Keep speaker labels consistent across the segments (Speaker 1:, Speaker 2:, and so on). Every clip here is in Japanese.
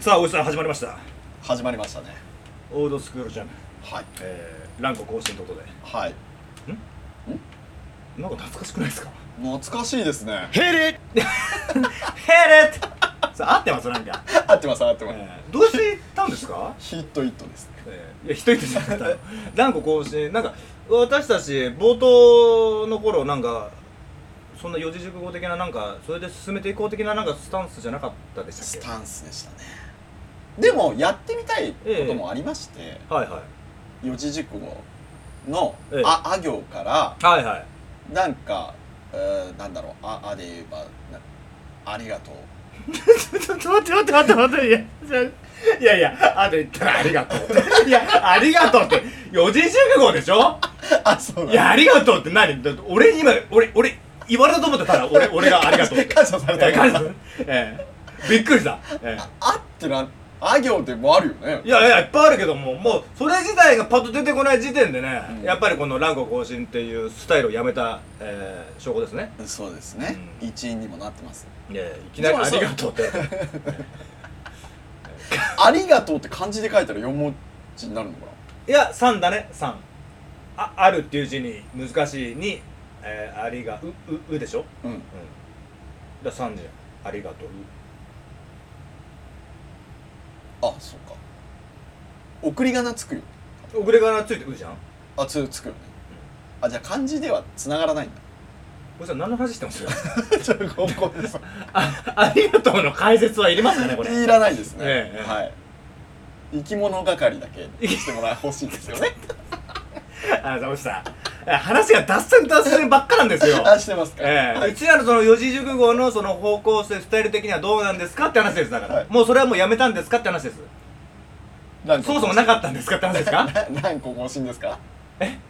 Speaker 1: さあ大内さん始まりました
Speaker 2: 始まりましたね
Speaker 1: オールドスクールジャム、
Speaker 2: はい
Speaker 1: えー、ランコ更新ということで
Speaker 2: はい
Speaker 1: なんか懐かしくないですか
Speaker 2: 懐かしいですね
Speaker 1: ヘレッヘレッさあ合ってますなんか、
Speaker 2: 合ってます合ってます、
Speaker 1: えー、どうして行ったんですか
Speaker 2: ヒットヒットですね
Speaker 1: えーいや一人じゃなかったよ ランコ更新なんか私たち冒頭の頃なんかそんな四字熟語的ななんかそれで進めていこう的ななんかスタンスじゃなかったでし
Speaker 2: ス
Speaker 1: たっ
Speaker 2: タンスでしたねでもやってみたいこともありまして、
Speaker 1: けはいはい
Speaker 2: 四字熟語の「
Speaker 1: ええ
Speaker 2: あ」あ行から
Speaker 1: はいはい
Speaker 2: なんか、えーなんだろう「あ」あで言えばなありがとう」
Speaker 1: ちょっと待って待って待って待っていやいやいやあと言ったらありがとうっていやありがとうって四字熟語でしょ
Speaker 2: あそう
Speaker 1: いやありがとうって何だって俺に今俺俺言われたと思ってたら 俺俺がありがとうって
Speaker 2: 感謝された
Speaker 1: え感謝ええびっくりした、え
Speaker 2: 「あ」ってな「あ行」でもあるよね
Speaker 1: えいやいやいっぱいあるけどももうそれ自体がパッと出てこない時点でね、
Speaker 2: うん
Speaker 1: やっぱりこのランコ更新っていうスタイルをやめた、ええ証拠ですね
Speaker 2: そうですね、
Speaker 1: うん
Speaker 2: 一員にもなってます
Speaker 1: いやいやいきなりありがとうって
Speaker 2: 「ありがとう」って漢字で書いたら四文字になるのかない
Speaker 1: や、三だね、三。あ、あるっていう字に、難しいに、えーありが、う、う、うでしょ
Speaker 2: うん
Speaker 1: うん。だ、三じゃん。ありがとう。
Speaker 2: あそうか送り仮名つくよ
Speaker 1: う遅れがついてうじゃん。
Speaker 2: あつつくよねあじゃあ漢字ではつながらない んだ
Speaker 1: これさ、何の話してますよ。
Speaker 2: ちょっとごめんごめんなさい
Speaker 1: あ、ありがとうの解説はいりますかね、これ。
Speaker 2: いらないですね、
Speaker 1: ええええ
Speaker 2: はい生き物係だけしてもらほしいですよね
Speaker 1: あ、ざました。あ話が脱線脱線ばっかなん ですよ。
Speaker 2: あしてますか、
Speaker 1: ええ
Speaker 2: は
Speaker 1: う
Speaker 2: い、
Speaker 1: ちらのその四字熟語のその方向性、スタイル的にはどうなんですかって話です。だから、
Speaker 2: はい
Speaker 1: もうそれはもうやめたんですかって話です。
Speaker 2: 何
Speaker 1: そもそもなかったんですかって話ですか
Speaker 2: 何個更新ですか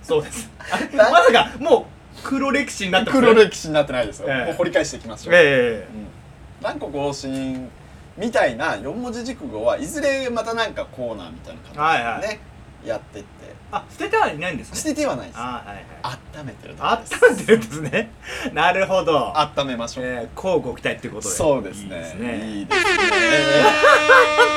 Speaker 1: そうです。 あま
Speaker 2: な
Speaker 1: さか、もう黒歴史になってますね
Speaker 2: 黒歴史になってないですよ、
Speaker 1: ええ
Speaker 2: もう掘り返していきましょう、
Speaker 1: え
Speaker 2: うん、何個更新みたいな四文字熟語はいずれまたなんかコーナーみたいな
Speaker 1: はい
Speaker 2: 感
Speaker 1: は
Speaker 2: じ
Speaker 1: い
Speaker 2: でね、やってって
Speaker 1: あ捨ててはいないんです
Speaker 2: 捨
Speaker 1: ね
Speaker 2: ててはないです
Speaker 1: あはいはい
Speaker 2: 温めてる
Speaker 1: あ
Speaker 2: だけです
Speaker 1: ったんでるんですねなるほど
Speaker 2: 温めましょう、
Speaker 1: えー、交互期待っていうことで
Speaker 2: そうです
Speaker 1: い
Speaker 2: ね
Speaker 1: いですね
Speaker 2: いいですね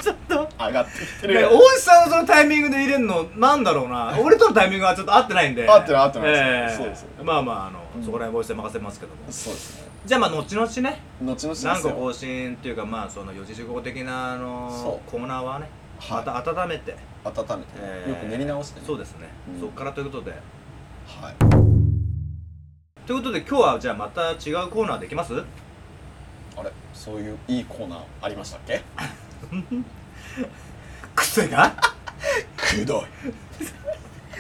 Speaker 2: ちょっと上がってきてる
Speaker 1: ね
Speaker 2: よ
Speaker 1: 大石さんのそのタイミングで入れるのなんだろうな 俺とのタイミングはちょっと合ってないんで
Speaker 2: 合ってない合ってないですそうです
Speaker 1: まあまああの、
Speaker 2: うん
Speaker 1: そこら辺大石さん任せますけども
Speaker 2: そうですね
Speaker 1: じゃあまあ後々ね
Speaker 2: 後々ですよ
Speaker 1: 何個更新っていうかまあその四字熟語的なあの
Speaker 2: そう
Speaker 1: コーナーはね
Speaker 2: は
Speaker 1: ま
Speaker 2: い
Speaker 1: た温めて、
Speaker 2: 温めて、
Speaker 1: えー
Speaker 2: よく練り直して、ね、
Speaker 1: そうですね、
Speaker 2: うん
Speaker 1: そこからということで
Speaker 2: はい
Speaker 1: ということで今日はじゃあまた違うコーナーできます
Speaker 2: あれそういういいコーナーありましたっけ
Speaker 1: 癖が
Speaker 2: くどい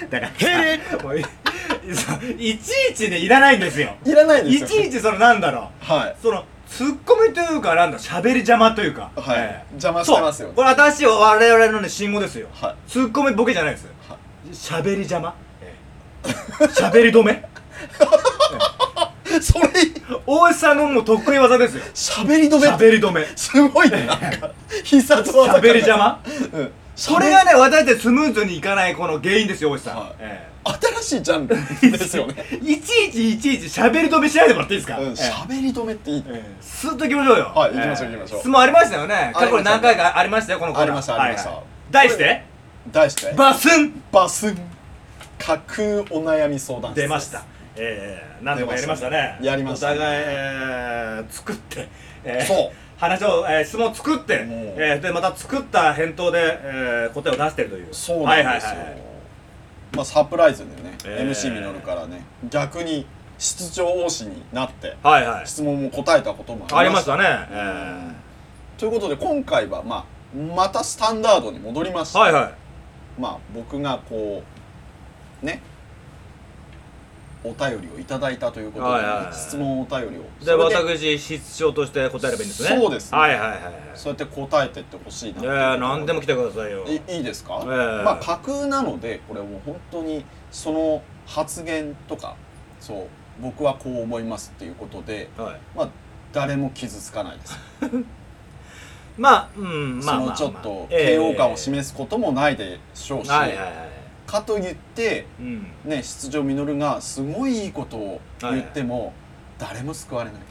Speaker 1: だからへれ もういいちいちねいらないんですよ
Speaker 2: いらないで
Speaker 1: い
Speaker 2: すよ
Speaker 1: ちいちそのなんだろ
Speaker 2: はいう
Speaker 1: そのツッコミというかなんだ喋り邪魔というか
Speaker 2: はい、
Speaker 1: ええ
Speaker 2: 邪魔してますよ
Speaker 1: そうこれ私我々のね信号ですよ
Speaker 2: はい
Speaker 1: ツッコミボケじゃないです
Speaker 2: は
Speaker 1: 喋り邪魔ええ喋り止め
Speaker 2: いそれ
Speaker 1: 大石さんのもう得意技ですよ
Speaker 2: 喋り止めって
Speaker 1: 喋り止め
Speaker 2: すごいねなんか必殺技
Speaker 1: 喋り邪魔
Speaker 2: 魔、うん、
Speaker 1: それがね私たちスムーズにいかないこの原因ですよ大石さん、
Speaker 2: はい
Speaker 1: え
Speaker 2: 新しいジャンルですよね
Speaker 1: え いちいちいちいち喋り止めしないでもらっていいですか、
Speaker 2: うん
Speaker 1: ええ
Speaker 2: 喋り止めっていい
Speaker 1: スーッと行きましょうよ
Speaker 2: はい行きましょう行きましょう
Speaker 1: 質問ありましたよね過去に
Speaker 2: ありました
Speaker 1: 何回かありましたよこのコーナー
Speaker 2: ありましたありました
Speaker 1: はいはい題して
Speaker 2: 題して
Speaker 1: バスン
Speaker 2: バス架空お悩み相談室
Speaker 1: 出ましたえー、何度かやりましたね
Speaker 2: やりました
Speaker 1: お
Speaker 2: ね
Speaker 1: 互い、えー、作って、えー
Speaker 2: そう
Speaker 1: 話を、えー、質問を作って、
Speaker 2: もう
Speaker 1: えー、でまた作った返答で、えー、答えを出してるという
Speaker 2: そうな
Speaker 1: は
Speaker 2: んですよ、
Speaker 1: いはいはい
Speaker 2: まあサプライズでね、
Speaker 1: えー
Speaker 2: MC に乗るからね逆に室長王子になって
Speaker 1: はいはい
Speaker 2: 質問も答えたことも
Speaker 1: あ
Speaker 2: あ
Speaker 1: り
Speaker 2: りま
Speaker 1: ま
Speaker 2: し
Speaker 1: したたね、え
Speaker 2: ということで今回はまあまたスタンダードに戻りまし
Speaker 1: ー、
Speaker 2: た、
Speaker 1: はいはい
Speaker 2: まあ僕がこうねお便りをいただいたということで、
Speaker 1: はいはいはい
Speaker 2: 質問お便りを
Speaker 1: で
Speaker 2: それ
Speaker 1: 私室長として答えればいいんですね
Speaker 2: そうですね
Speaker 1: はいはいはいはい
Speaker 2: そうやって答えてってほしいな
Speaker 1: え
Speaker 2: っていう
Speaker 1: ー、何でも来て
Speaker 2: い
Speaker 1: くださいよ
Speaker 2: いいですか、
Speaker 1: ええ
Speaker 2: まあ架空なのでこれもう本当にその発言とかそう僕はこう思いますっていうことで
Speaker 1: はい
Speaker 2: まあ誰も傷つかないです、
Speaker 1: まあ、うん、 まあ、まあ、
Speaker 2: そのちょっと
Speaker 1: まあええ
Speaker 2: 嫌悪感を示すこともないでしょうし、
Speaker 1: はいはいはい。
Speaker 2: かといって
Speaker 1: うん。
Speaker 2: ね出場実がすごいいいことを言っても誰も救われない、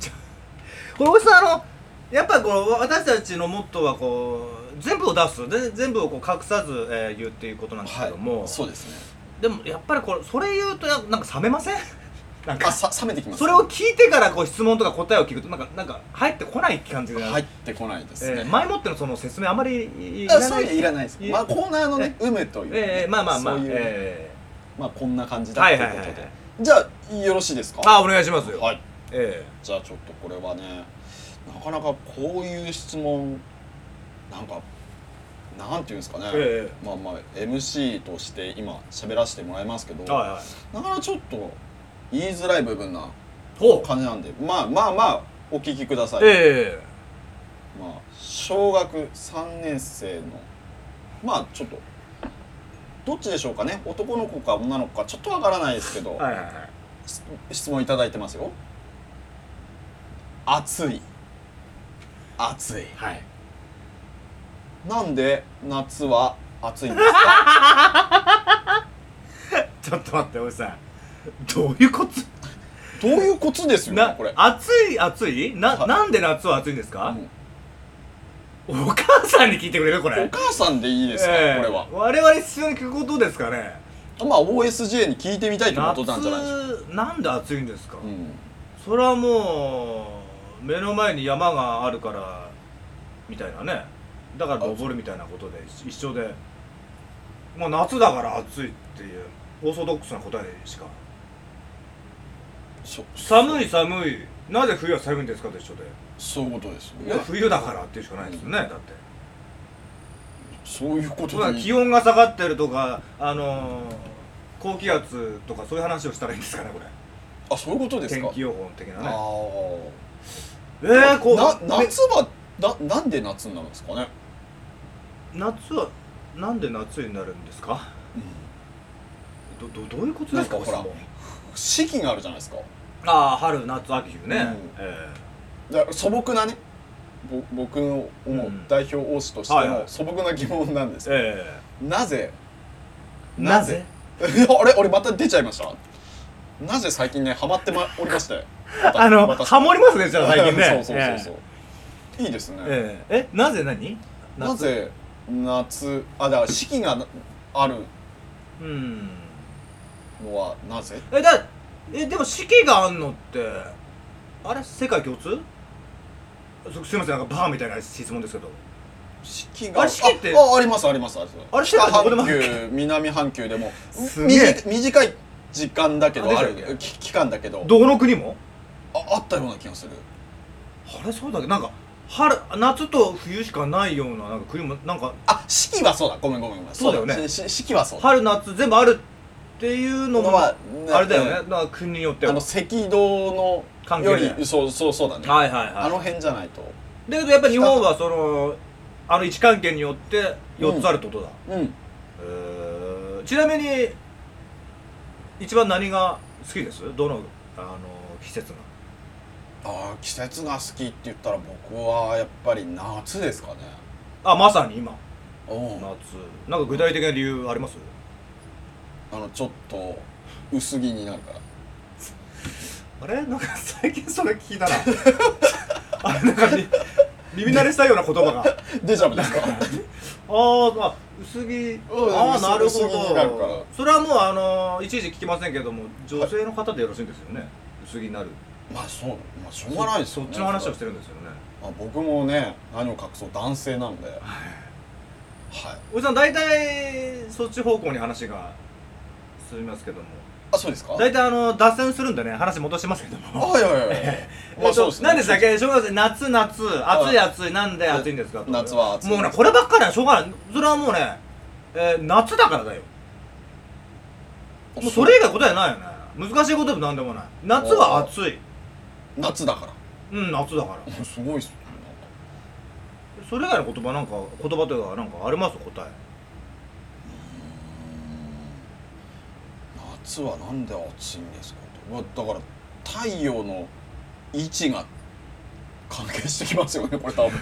Speaker 1: これ、おじさん、あの、やっぱこう私たちのモットーはこう全部を出すで全部をこう隠さず、えー言うっていうことなんですけども、
Speaker 2: そうですね
Speaker 1: でもやっぱりこれそれ言うとやなんか冷め ませんなん
Speaker 2: あ
Speaker 1: か
Speaker 2: さ冷めてきます
Speaker 1: それを聞いてからこう質問とか答えを聞くとなんかなんか入ってこない感じが、
Speaker 2: 入ってこないです
Speaker 1: え
Speaker 2: ね、
Speaker 1: ー前もってのその説明あまりいい
Speaker 2: あ
Speaker 1: ら
Speaker 2: そ
Speaker 1: ない
Speaker 2: ういうのいらないです
Speaker 1: い
Speaker 2: まあコーナーのね有無というね
Speaker 1: えーまあまあまあ
Speaker 2: そういう
Speaker 1: え
Speaker 2: まあこんな感じ
Speaker 1: ー
Speaker 2: だ
Speaker 1: は
Speaker 2: とい
Speaker 1: いうは
Speaker 2: こ
Speaker 1: いはい
Speaker 2: と
Speaker 1: は
Speaker 2: で、
Speaker 1: い
Speaker 2: じゃあよろしいですか
Speaker 1: あお願いしますよ、
Speaker 2: はい
Speaker 1: え
Speaker 2: じゃあちょっとこれはねなかなかこういう質問なんかなんていうんですかね、
Speaker 1: え
Speaker 2: まあまあ MC として今喋らせてもらいますけど
Speaker 1: ー、はいはい
Speaker 2: なかなかちょっと言いづらい部分な
Speaker 1: ほう
Speaker 2: 感じなんでまあまあまあお聞きください、
Speaker 1: え
Speaker 2: まあ、小学3年生のまあちょっとどっちでしょうかね男の子か女の子かちょっとわからないですけど、
Speaker 1: えー、はいはいはい
Speaker 2: 質質問いただいてますよ暑い暑い
Speaker 1: はい
Speaker 2: なんで夏は暑い んですか
Speaker 1: ちょっと待っておじさんどういうこと
Speaker 2: どういうコツですよね
Speaker 1: な
Speaker 2: これ、
Speaker 1: 暑い暑いな、
Speaker 2: はい
Speaker 1: なんで夏は暑いんですか
Speaker 2: う、ん
Speaker 1: お母さんに聞いてくれるこれ
Speaker 2: お母さんでいいですか、
Speaker 1: ええ
Speaker 2: これは
Speaker 1: 我々必要に聞くことですかね
Speaker 2: まあ OSJ に聞いてみたいということなんじゃないでしょうか
Speaker 1: 夏なんで暑いんですか、
Speaker 2: うん
Speaker 1: それはもう目の前に山があるからみたいなねだから登るみたいなことで一一緒でまあ夏だから暑いっていうオーソドックスな答えしか
Speaker 2: そ
Speaker 1: 寒い寒いなぜ冬は寒いんですかと一緒で
Speaker 2: そういうことですよ
Speaker 1: いや
Speaker 2: ね
Speaker 1: 冬だからっていうしかないですよね、だって
Speaker 2: そういうこ
Speaker 1: そうだ
Speaker 2: と
Speaker 1: 気
Speaker 2: で
Speaker 1: 温が下がってるとかあのー高気圧とかそういう話をしたらいいんですかねこれ
Speaker 2: あそういうことです
Speaker 1: 天
Speaker 2: か
Speaker 1: 気予報的な
Speaker 2: あ
Speaker 1: ね
Speaker 2: ー
Speaker 1: えー、こう
Speaker 2: な
Speaker 1: め
Speaker 2: 夏はななんで夏になるんですかね、
Speaker 1: 夏はなんで夏になるんですかどどどういうことですか
Speaker 2: なんかほら
Speaker 1: お質問
Speaker 2: 四季があるじゃないですか
Speaker 1: ああ春夏秋冬ね、
Speaker 2: うん
Speaker 1: え
Speaker 2: だから素朴なねぼ僕の思ううん代表王子とし
Speaker 1: は
Speaker 2: て
Speaker 1: いはい
Speaker 2: の素朴な疑問なんです
Speaker 1: ええ
Speaker 2: なぜ
Speaker 1: え
Speaker 2: なぜ あれ俺また出ちゃいましたなぜ最近ねハマってまおりましてま た
Speaker 1: あの、
Speaker 2: 私
Speaker 1: ハモりますねじゃあ最近ね
Speaker 2: そうそうそうそう、いいですね、
Speaker 1: ええええなぜ何
Speaker 2: なぜ夏あだから四季がなある
Speaker 1: 夏うん
Speaker 2: のはなぜ
Speaker 1: えだえでも四季があんのってあれ世界共通すすいませんなんかバーみたいな質問ですけど
Speaker 2: 四季が
Speaker 1: あれ四季って
Speaker 2: ああありますありますあります
Speaker 1: あれ四季
Speaker 2: 北
Speaker 1: はどこでも
Speaker 2: 半
Speaker 1: ある
Speaker 2: 球南半球でも
Speaker 1: すげえ
Speaker 2: 短い短い時間だけど
Speaker 1: あ
Speaker 2: あ
Speaker 1: 出てる
Speaker 2: るき期間だけど
Speaker 1: どこの国も
Speaker 2: ああったような気がする
Speaker 1: あれそうだけどなんか春夏と冬しかないようななんか国もなんか
Speaker 2: あ四季はそうだごめんごめんごめん
Speaker 1: そうだよね
Speaker 2: しし四季はそうだ
Speaker 1: 春夏全部あるっていうのも、
Speaker 2: まあね
Speaker 1: あれだよね、なんか国によって
Speaker 2: あ
Speaker 1: は
Speaker 2: の赤道
Speaker 1: 関
Speaker 2: の
Speaker 1: 係
Speaker 2: よ
Speaker 1: ね
Speaker 2: りそうそうそうだね
Speaker 1: はいはいはい
Speaker 2: あの辺じゃないと
Speaker 1: だけどやっぱり日本はそのあの位置関係によって4つあるってことだ、
Speaker 2: うん
Speaker 1: えーちなみに一番何が好きですどのあの季節が
Speaker 2: あー季節が好きって言ったら僕はやっぱり夏ですかね
Speaker 1: あまさに今
Speaker 2: う
Speaker 1: 夏
Speaker 2: ん
Speaker 1: なんか具体的な理由あります
Speaker 2: あのちょっと薄着になるから
Speaker 1: あれなんか最近それ聞いたな あれなんかり耳慣れしたような言葉 が
Speaker 2: デジャブですか
Speaker 1: あーあ薄着
Speaker 2: うん
Speaker 1: ああ
Speaker 2: 薄
Speaker 1: なるほ
Speaker 2: 薄着になるから
Speaker 1: どそれはもうあの一時聞きませんけども女性の方でよろしいんですよね、薄着になる
Speaker 2: まあそうまあしょうがないです
Speaker 1: そ
Speaker 2: よ
Speaker 1: っ
Speaker 2: ね
Speaker 1: ちの話をしてるんですよね
Speaker 2: まあ、僕もね何を隠そう男性なんではい
Speaker 1: おじさん大体そっち方向に話が進みますけども
Speaker 2: あそうですか
Speaker 1: 大体あの脱線するんでね話戻しますけど
Speaker 2: あ
Speaker 1: も
Speaker 2: はいはい はいやまあそうですね
Speaker 1: なんでしたっけ小学生夏夏暑い暑いなんで暑いんですか
Speaker 2: 夏は暑い
Speaker 1: もうねこればっかりはしょうがないそれはもうね、えー夏だからだよ
Speaker 2: あ
Speaker 1: もうそれ以外答えないよね難しいことでも何でもない夏は暑い
Speaker 2: 夏だから
Speaker 1: うん夏だから
Speaker 2: うんすごいっすね
Speaker 1: それ以外の言葉なんか言葉というかなんかあります答え
Speaker 2: なんかうん夏はなんで暑いんですかとまあだから太陽の位置が関係してきますよねこれ多分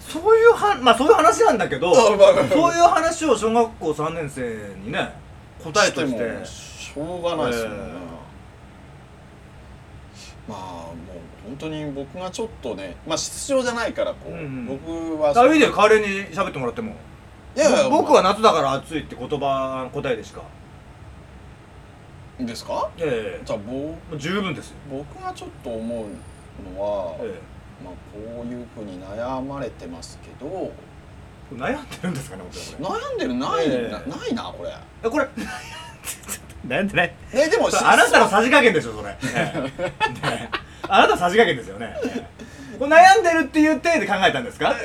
Speaker 1: そういうはまあそういう話なんだけど
Speaker 2: あ
Speaker 1: そう
Speaker 2: まあまあ
Speaker 1: いう話を小学校3年生にね答えとして
Speaker 2: もしょうがないですよね、
Speaker 1: え
Speaker 2: まあもう本当に僕がちょっとねまあ出場じゃないからこう、
Speaker 1: うんうん
Speaker 2: 僕は
Speaker 1: ダビデカレーに喋ってもらっても
Speaker 2: いやいや
Speaker 1: ぼ僕は
Speaker 2: ま
Speaker 1: 夏だから暑いって言葉の答えでしか
Speaker 2: あですか
Speaker 1: ええ
Speaker 2: じゃあぼ
Speaker 1: もう十分ですよ
Speaker 2: 僕がちょっと思うのは、
Speaker 1: え
Speaker 2: まあ、こういうふうに悩まれてますけど
Speaker 1: え悩んでるんですかね本当にこ
Speaker 2: 悩んでるない、
Speaker 1: ええ
Speaker 2: なないなこれ
Speaker 1: れえこれ悩んで ない
Speaker 2: ねでも
Speaker 1: それあなたの
Speaker 2: し
Speaker 1: さじ加減ですよそれ、ねねあなたのさじ加減ですよねねこれ悩んでるっていう体で考えたんですか
Speaker 2: 考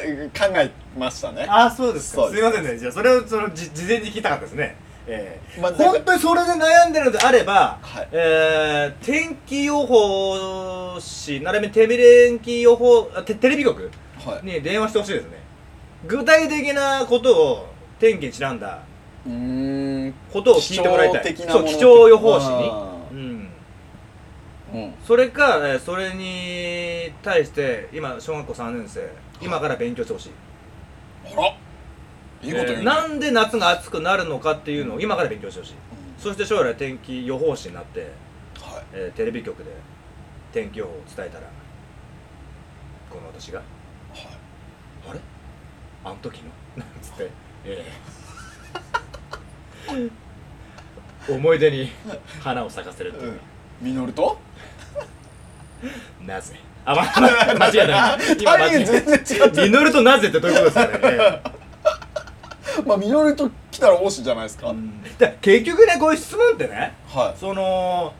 Speaker 2: えましたね
Speaker 1: あそうですか
Speaker 2: そ
Speaker 1: す
Speaker 2: う
Speaker 1: い
Speaker 2: です
Speaker 1: ませんねじゃあそれをそのじ事前に聞きたかったですねええ
Speaker 2: まあなんか
Speaker 1: 本当にそれで悩んでるのであれば、
Speaker 2: はい
Speaker 1: えー天気予報士なるべくテレビ気予報あテテレビ局
Speaker 2: はい
Speaker 1: に電話してほしいですね具体的なことを天気にちなんだ
Speaker 2: うーん
Speaker 1: ことを聞いてもらいたい
Speaker 2: 気象的な
Speaker 1: そう
Speaker 2: もの
Speaker 1: 気象予報士に
Speaker 2: あ、
Speaker 1: うん、
Speaker 2: うん
Speaker 1: それか、えーそれに対して今小学校3年生今から勉強してほしい
Speaker 2: あらいいこと言う
Speaker 1: え
Speaker 2: ね
Speaker 1: ーなんで夏が暑くなるのかっていうのを今から勉強してほしいそして将来天気予報士になって、
Speaker 2: うんはい
Speaker 1: えーテレビ局で天気予報を伝えたらこの私が
Speaker 2: はい、
Speaker 1: 「あれあの時の?」なんつって、えー思い出に花を咲かせるっていううん
Speaker 2: ミノルと
Speaker 1: なぜあ、ま、 間違えた今間違え
Speaker 2: 全然違った
Speaker 1: た実るとなぜってどういうことですかね、
Speaker 2: まあミノルと来たら王子じゃないです
Speaker 1: えー
Speaker 2: か、
Speaker 1: うんだから結局ねこういう質問ってね
Speaker 2: は
Speaker 1: その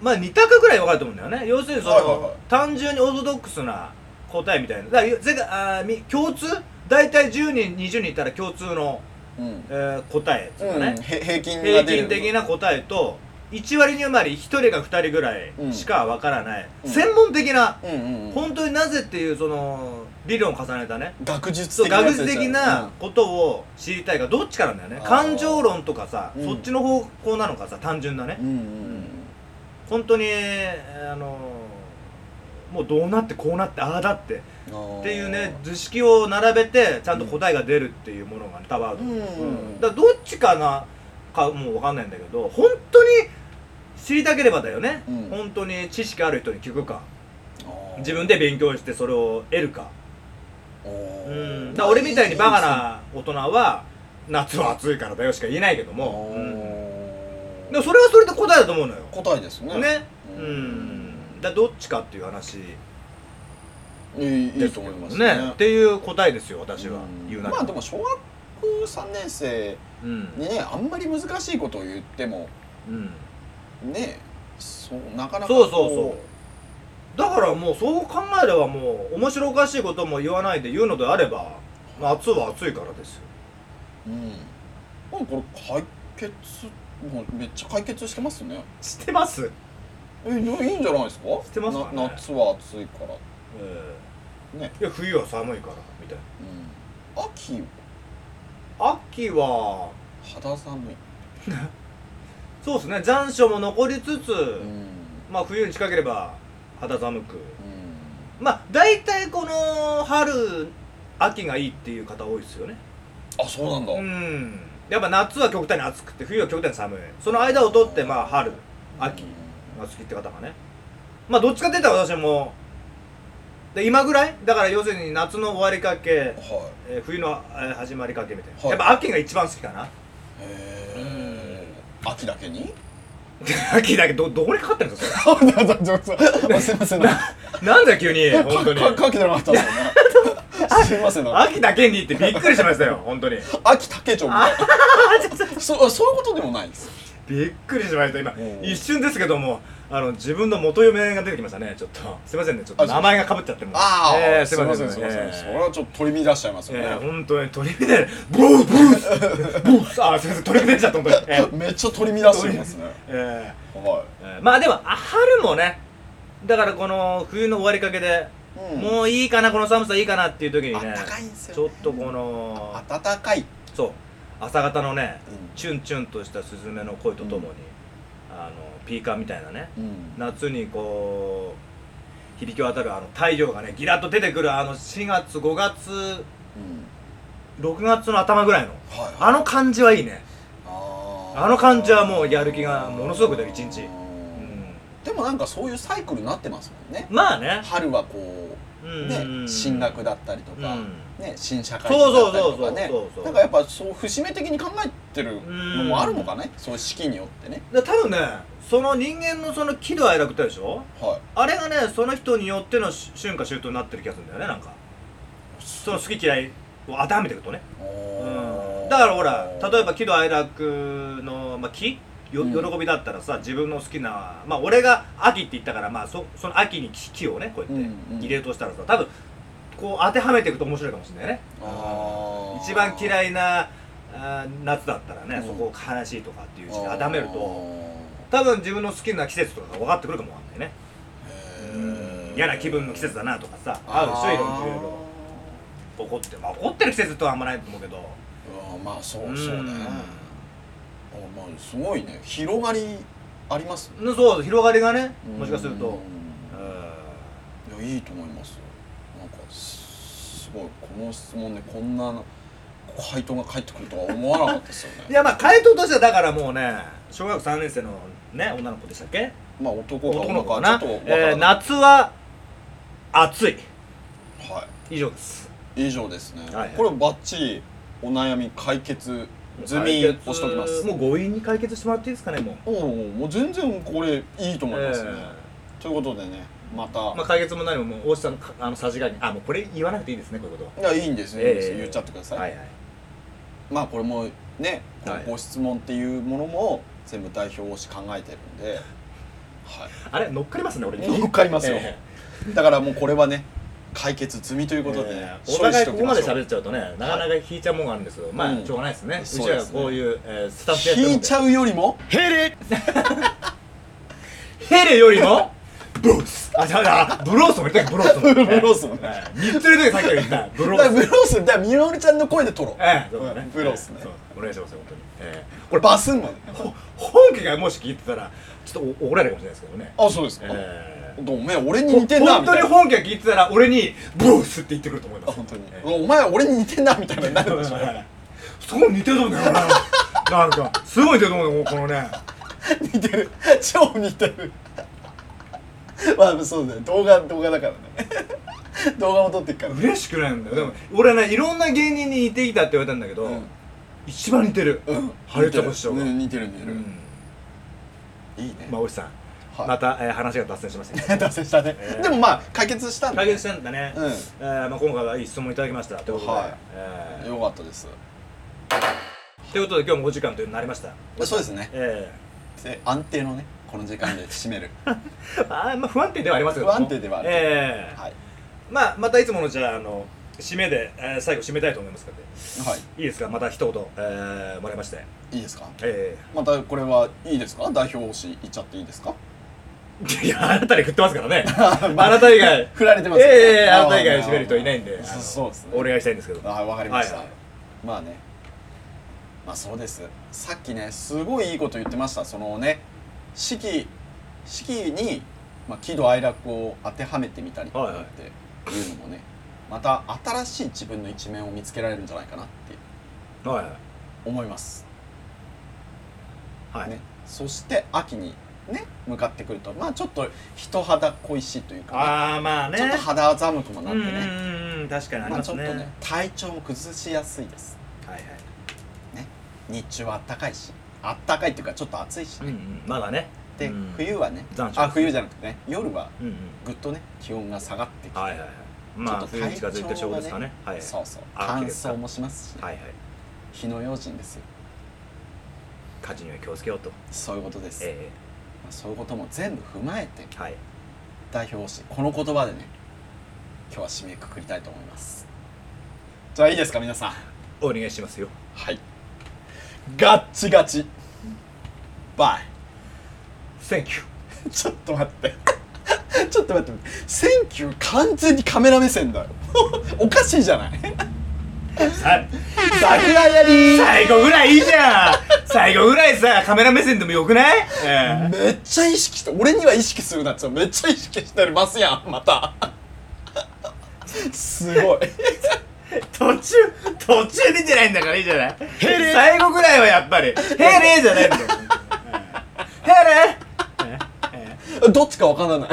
Speaker 1: まあ2択ぐらい分かると思うんだよね要するにその、
Speaker 2: はいはいはい
Speaker 1: 単純にオーソドックスな答えみたいなだから全然あーみ共通大体10人20人いたら共通の、
Speaker 2: い、うん
Speaker 1: えー答えっていうか
Speaker 2: うん、
Speaker 1: ね、
Speaker 2: へ平均が
Speaker 1: 平
Speaker 2: 出
Speaker 1: 均
Speaker 2: る
Speaker 1: 的な答えと1割2割1人か2人ぐらいしか分からない、
Speaker 2: うん
Speaker 1: 専門的な、
Speaker 2: うんうんうん
Speaker 1: 本当になぜっていうその理論を重ねたね
Speaker 2: 学術
Speaker 1: そう
Speaker 2: 的なや
Speaker 1: 学
Speaker 2: つ
Speaker 1: 術
Speaker 2: でしょ
Speaker 1: 的なことを知りたいかどっちからなんだよね
Speaker 2: あー
Speaker 1: 感情論とかさ、
Speaker 2: うん
Speaker 1: そっちの方向なのかさ単純なね、
Speaker 2: うんうんうん
Speaker 1: 本当にあのもうどうなってこうなってああだって
Speaker 2: あー
Speaker 1: っていうね図式を並べてちゃんと答えが出るっていうものがね多分ある、
Speaker 2: うんうんうん
Speaker 1: だからどっちかなかもう分かんないんだけど本当に知りたければだよね、
Speaker 2: うん
Speaker 1: 本当に知識ある人に聞くか
Speaker 2: あー
Speaker 1: 自分で勉強してそれを得るか,、
Speaker 2: おー
Speaker 1: うん、だから俺みたいにバカな大人は夏は暑いからだよしか言えないけども、
Speaker 2: お
Speaker 1: うん
Speaker 2: ー
Speaker 1: でもそれはそれで答えだと思うのよ
Speaker 2: 答えですね
Speaker 1: ねう
Speaker 2: うん
Speaker 1: んだからどっちかっていう話
Speaker 2: いいい
Speaker 1: で
Speaker 2: い
Speaker 1: す
Speaker 2: と
Speaker 1: けど
Speaker 2: 思います
Speaker 1: ねっていう答えですよ私は
Speaker 2: うん
Speaker 1: 言うなら
Speaker 2: まあでも小学3年生
Speaker 1: うん
Speaker 2: にねあんまり難しいことを言っても
Speaker 1: うん
Speaker 2: ねそうなかなか
Speaker 1: そうそうそ
Speaker 2: こ
Speaker 1: うだからもうそう考えればもう面白おかしいことも言わないで言うのであれば夏は暑いからですよ
Speaker 2: ううんまあこれ解決もうめっちゃ解決してますね
Speaker 1: 知ってます
Speaker 2: えいやいいんじゃないですかして
Speaker 1: ますかね
Speaker 2: 夏は暑いから
Speaker 1: え
Speaker 2: ね
Speaker 1: えいや冬は寒いからみたい
Speaker 2: うん秋は
Speaker 1: な秋は
Speaker 2: 肌寒い
Speaker 1: そうですね残暑も残りつつ
Speaker 2: うんうん
Speaker 1: まあ冬に近ければ肌寒くまあ大体この春秋がいいっていう方多いですよね
Speaker 2: あそうなんだ
Speaker 1: うんやっぱ夏は極端に暑くて冬は極端に寒いその間を取ってまあ春秋が好きって方がねまあどっちかって言ったら私もで今ぐらいだから要するに夏の終わりかけ、
Speaker 2: は
Speaker 1: えー冬のえー始まりかけみたいな、
Speaker 2: はい
Speaker 1: やっぱ秋が一番好きかな
Speaker 2: いへえ秋だけに
Speaker 1: 秋だけどどこにかかってるんですか
Speaker 2: あすいませんすいません
Speaker 1: それなんだよ急に本当に
Speaker 2: かかけてなかったんだよ ねすいませんなんか
Speaker 1: 秋だけにってびっくりしましたよ 本当 に
Speaker 2: 秋竹町みたいなそそういうことでもないです
Speaker 1: びっくりしました今
Speaker 2: うん
Speaker 1: 一瞬ですけどもあの自分の元嫁が出てきましたねちょっとすいませんねちょっと
Speaker 2: あそう
Speaker 1: 名前がかぶっちゃっても
Speaker 2: ああ、
Speaker 1: えー
Speaker 2: す
Speaker 1: す
Speaker 2: い
Speaker 1: い
Speaker 2: ま
Speaker 1: ま
Speaker 2: せ
Speaker 1: せ
Speaker 2: ん
Speaker 1: ん
Speaker 2: すいませんそれ
Speaker 1: え
Speaker 2: はちょっと取り乱しちゃいますよ
Speaker 1: えー、
Speaker 2: ね、
Speaker 1: 本当に鳥みたいなブーブーブーあすいません鳥みたいになっちゃった本当に、えー
Speaker 2: めっちゃ取り乱してますね
Speaker 1: え
Speaker 2: は
Speaker 1: ーえーまあでもあ春もねだからこの冬の終わりかけで、
Speaker 2: い、うん、
Speaker 1: もういいかなこの寒さいいかなっていう時にね
Speaker 2: 暖かいんですよ
Speaker 1: ちょっとこの
Speaker 2: 暖かい、
Speaker 1: そう朝方のね
Speaker 2: う
Speaker 1: チュンチュンとしたスズメの声とともに、あのピーカーみたいなね
Speaker 2: ん
Speaker 1: 夏にこう響き渡るあの太陽がねギラッと出てくるあの4月5月
Speaker 2: うん、
Speaker 1: 6月の頭ぐらいの
Speaker 2: はい
Speaker 1: あの感じはいいね
Speaker 2: あー
Speaker 1: あの感じはもうやる気がものすごく出る一日
Speaker 2: うん
Speaker 1: うん
Speaker 2: でもなんかそういうサイクルになってますもんね
Speaker 1: まあね、
Speaker 2: 春はこうね、進学だったりと
Speaker 1: と
Speaker 2: か、ね、新社会
Speaker 1: そうそ
Speaker 2: 人だ
Speaker 1: う
Speaker 2: ったり
Speaker 1: そうそうそうそ
Speaker 2: とかね
Speaker 1: う
Speaker 2: なんかやっぱそう節目的に考えてるのもあるのかね、そういう式によってね
Speaker 1: で多分ねその人間のその喜怒哀楽ってあるでしょ
Speaker 2: は
Speaker 1: あれがねその人によってのし春夏秋冬になってる気がするんだよねなんか
Speaker 2: い
Speaker 1: その好き嫌いを当てはめていくとね、
Speaker 2: お
Speaker 1: う
Speaker 2: ー
Speaker 1: ん、だからほら例えば喜怒哀楽の、まあ、喜よ
Speaker 2: うん
Speaker 1: 喜びだったらさ、自分の好きなまあ俺が秋って言ったからまあそその秋に喜喜をねこうやって
Speaker 2: うんうん
Speaker 1: 入れようとしたらさ多分こう当てはめていくと面白いかもしれないね
Speaker 2: あー
Speaker 1: 一番嫌いなあー夏だったらね、
Speaker 2: うん
Speaker 1: そこを悲しいとかっていう字で当てはめる
Speaker 2: あ
Speaker 1: と多分自分の好きな季節とかが分かってくるかもわかんないね
Speaker 2: ーへー
Speaker 1: 嫌な気分の季節だなとかさ
Speaker 2: あ
Speaker 1: 合
Speaker 2: ー
Speaker 1: うでしょいろいろいろ怒ってまあ怒ってる季節とはあんまないと思うけど
Speaker 2: うんまあそう
Speaker 1: うん
Speaker 2: そうねあまあすごいね広がりありますね
Speaker 1: うんそう広がりがねもしかするとうん
Speaker 2: うんいやいいと思いますよなんかすすごいこの質問でこんな回答が返ってくるとは思わなかったですよね
Speaker 1: いやまあ回答としてはだからもうね小学3年生のね女の子でしたっけ
Speaker 2: まあ男か
Speaker 1: 男の
Speaker 2: 女
Speaker 1: 子か
Speaker 2: かちょ
Speaker 1: な
Speaker 2: っとわか
Speaker 1: えー
Speaker 2: らない、
Speaker 1: 夏は暑い
Speaker 2: は
Speaker 1: 以上です
Speaker 2: い以上ですね、
Speaker 1: はいはい
Speaker 2: これバッチリお悩み解決済み
Speaker 1: 解決
Speaker 2: をしておきます
Speaker 1: もう強引に解決してもらっていいですかねもう
Speaker 2: おうおうもう全然これいいと思いますね、
Speaker 1: え
Speaker 2: ということでねまた、
Speaker 1: ーまあ解決も何ももう大下のかあのさじ加減あもうこれ言わなくていいんですねこういうことはい
Speaker 2: やいいんですね、いいんですよ言っちゃってください、
Speaker 1: はいはい
Speaker 2: まあこれもねこの
Speaker 1: はい
Speaker 2: ご質問っていうものも全部代表をし考えてるんで、はい
Speaker 1: あれ乗っかりますね俺に
Speaker 2: 乗っかりますよ
Speaker 1: え
Speaker 2: だからもうこれはね解決済みという
Speaker 1: え
Speaker 2: ことでね、
Speaker 1: お互いここまで
Speaker 2: る
Speaker 1: 喋っちゃうとねなかなか引いちゃうもんがあるんですけど、ま
Speaker 2: うん
Speaker 1: あしょうがないですね、う
Speaker 2: そう
Speaker 1: ちら
Speaker 2: で
Speaker 1: が
Speaker 2: すね
Speaker 1: こういう、えースタッフやってる
Speaker 2: 引
Speaker 1: ん
Speaker 2: い
Speaker 1: で
Speaker 2: ちゃうよりも
Speaker 1: ヘレヘレよりもブロースあ違うあブロースも言ったっけブロースも
Speaker 2: ブロースもね
Speaker 1: はい三つ目でさっきから言ったブロ
Speaker 2: だから
Speaker 1: ース
Speaker 2: ブロースだからみのりちゃんの声で撮ろう、
Speaker 1: ええそうだね
Speaker 2: ブロースね
Speaker 1: そうお願いしますよ本当に、ええ
Speaker 2: これバスンまで
Speaker 1: ほ本家がもし聞いてたらちょっとお怒られるかもしれないですけどね
Speaker 2: あそうですか、
Speaker 1: ええ
Speaker 2: お前俺に似てんな
Speaker 1: 本
Speaker 2: みた
Speaker 1: 当
Speaker 2: い
Speaker 1: に
Speaker 2: な
Speaker 1: 本家が聞いてたら俺にブロースって言ってくると思います
Speaker 2: 本当に
Speaker 1: ええ
Speaker 2: お前俺に似てんなみたいなになるでしょ
Speaker 1: すごい似てると思うんだよななんかすごい似てると思うんだよこのね
Speaker 2: 似てる超似てるまあそうだよ動画動画だからね動画も撮ってっから
Speaker 1: 嬉しくないんだよでも俺ねいろんな芸人に似てきたって言われたんだけど、
Speaker 2: うん
Speaker 1: 一番似てる、
Speaker 2: うん
Speaker 1: ハリウッドの師匠が、
Speaker 2: うん似てる似て
Speaker 1: う
Speaker 2: る、
Speaker 1: ん
Speaker 2: いいね、
Speaker 1: まあおじさん、
Speaker 2: はい
Speaker 1: また、えー話が脱線しましたけど
Speaker 2: 達成したね、
Speaker 1: えー
Speaker 2: でもまあ解決したんで
Speaker 1: 解決したんだね、
Speaker 2: うん
Speaker 1: えーまあ、今回はいい質問いただきましたということで、
Speaker 2: はい
Speaker 1: え
Speaker 2: よかったです
Speaker 1: ーということで今日もお時間というのになりました、
Speaker 2: そうですね
Speaker 1: え
Speaker 2: で安定のねこの時間で締 める
Speaker 1: ーあーまあ不安定ではありますけども
Speaker 2: 不安定ではある
Speaker 1: えー
Speaker 2: はい
Speaker 1: まあまたいつものじゃああの締めで、えー最後締めたいと思いますので
Speaker 2: は
Speaker 1: い
Speaker 2: い
Speaker 1: ですかまた一言、えー、もらいまして
Speaker 2: いいいですか
Speaker 1: え
Speaker 2: またこれはいいですか代表推しいっちゃっていいですか
Speaker 1: ー、いやあなたに振ってますから ねあなた以外
Speaker 2: 振られてます
Speaker 1: え
Speaker 2: よね
Speaker 1: えええあなた以外締める人いないんで
Speaker 2: そ
Speaker 1: あの
Speaker 2: そうですね
Speaker 1: お願いしたいんですけど
Speaker 2: あわかりました、
Speaker 1: はいはい
Speaker 2: まあねまあそうですさっきねすごいいいこと言ってましたそのね四季四季に、まあ、喜怒哀楽を当てはめてみたりとかっていうのもね、また新しい自分の一面を見つけられるんじゃないかなって
Speaker 1: はい
Speaker 2: 思います、
Speaker 1: はい、
Speaker 2: ね、そして秋にね向かってくるとまあちょっと人肌恋しいというか、
Speaker 1: ああまあね
Speaker 2: ねちょっと肌寒くもなって
Speaker 1: うん
Speaker 2: ね、
Speaker 1: うんうん確かにあり
Speaker 2: まあ、
Speaker 1: ま
Speaker 2: ちょ
Speaker 1: す
Speaker 2: っと
Speaker 1: ね,、
Speaker 2: ね体調も崩しやすいです
Speaker 1: はいはい
Speaker 2: 日中は暖かいし暖かいっていうかちょっと暑いし、
Speaker 1: うんうんまだね
Speaker 2: で、
Speaker 1: うん
Speaker 2: 冬はね
Speaker 1: 残暑
Speaker 2: あ冬じゃなくてね夜は
Speaker 1: うんうん
Speaker 2: ぐっとね気温が下がってきて、
Speaker 1: はいはいはいま
Speaker 2: ちょ
Speaker 1: あ
Speaker 2: っと
Speaker 1: 冬に近づいてる証拠ですかねはいはい
Speaker 2: そうそう
Speaker 1: あ
Speaker 2: 乾
Speaker 1: 秋ですか
Speaker 2: 燥もしますし、
Speaker 1: はいはい
Speaker 2: 火の用心ですよ
Speaker 1: 火事には気をつけようと
Speaker 2: そういうことです、
Speaker 1: え
Speaker 2: まあそういうことも全部踏まえて
Speaker 1: えはい
Speaker 2: 代表してこの言葉でね今日は締めくくりたいと思いますじゃあいいですか皆さん
Speaker 1: お願いしますよ
Speaker 2: はいガッチガチバイ
Speaker 1: Thank you
Speaker 2: ちょっと待って。ちょっと待って。センキュー完全にカメラ目線だよ。 おかしいじゃない。
Speaker 1: さ
Speaker 2: 桜やり
Speaker 1: 最後ぐらいいいじ ゃん最後ぐらいさカメラ目線でもよくない、ええ
Speaker 2: めっちゃ意識して、俺には意識するなってめっちゃ意識してますやん、また。すごい。
Speaker 1: 途中途中出てないんだからいいじゃない最後ぐらいはやっぱり「へれ」じゃないんだよ「へれ」
Speaker 2: どっちかわからない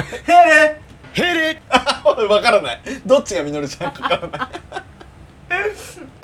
Speaker 1: ヘレ
Speaker 2: わからないどっちが実るちゃんかわからない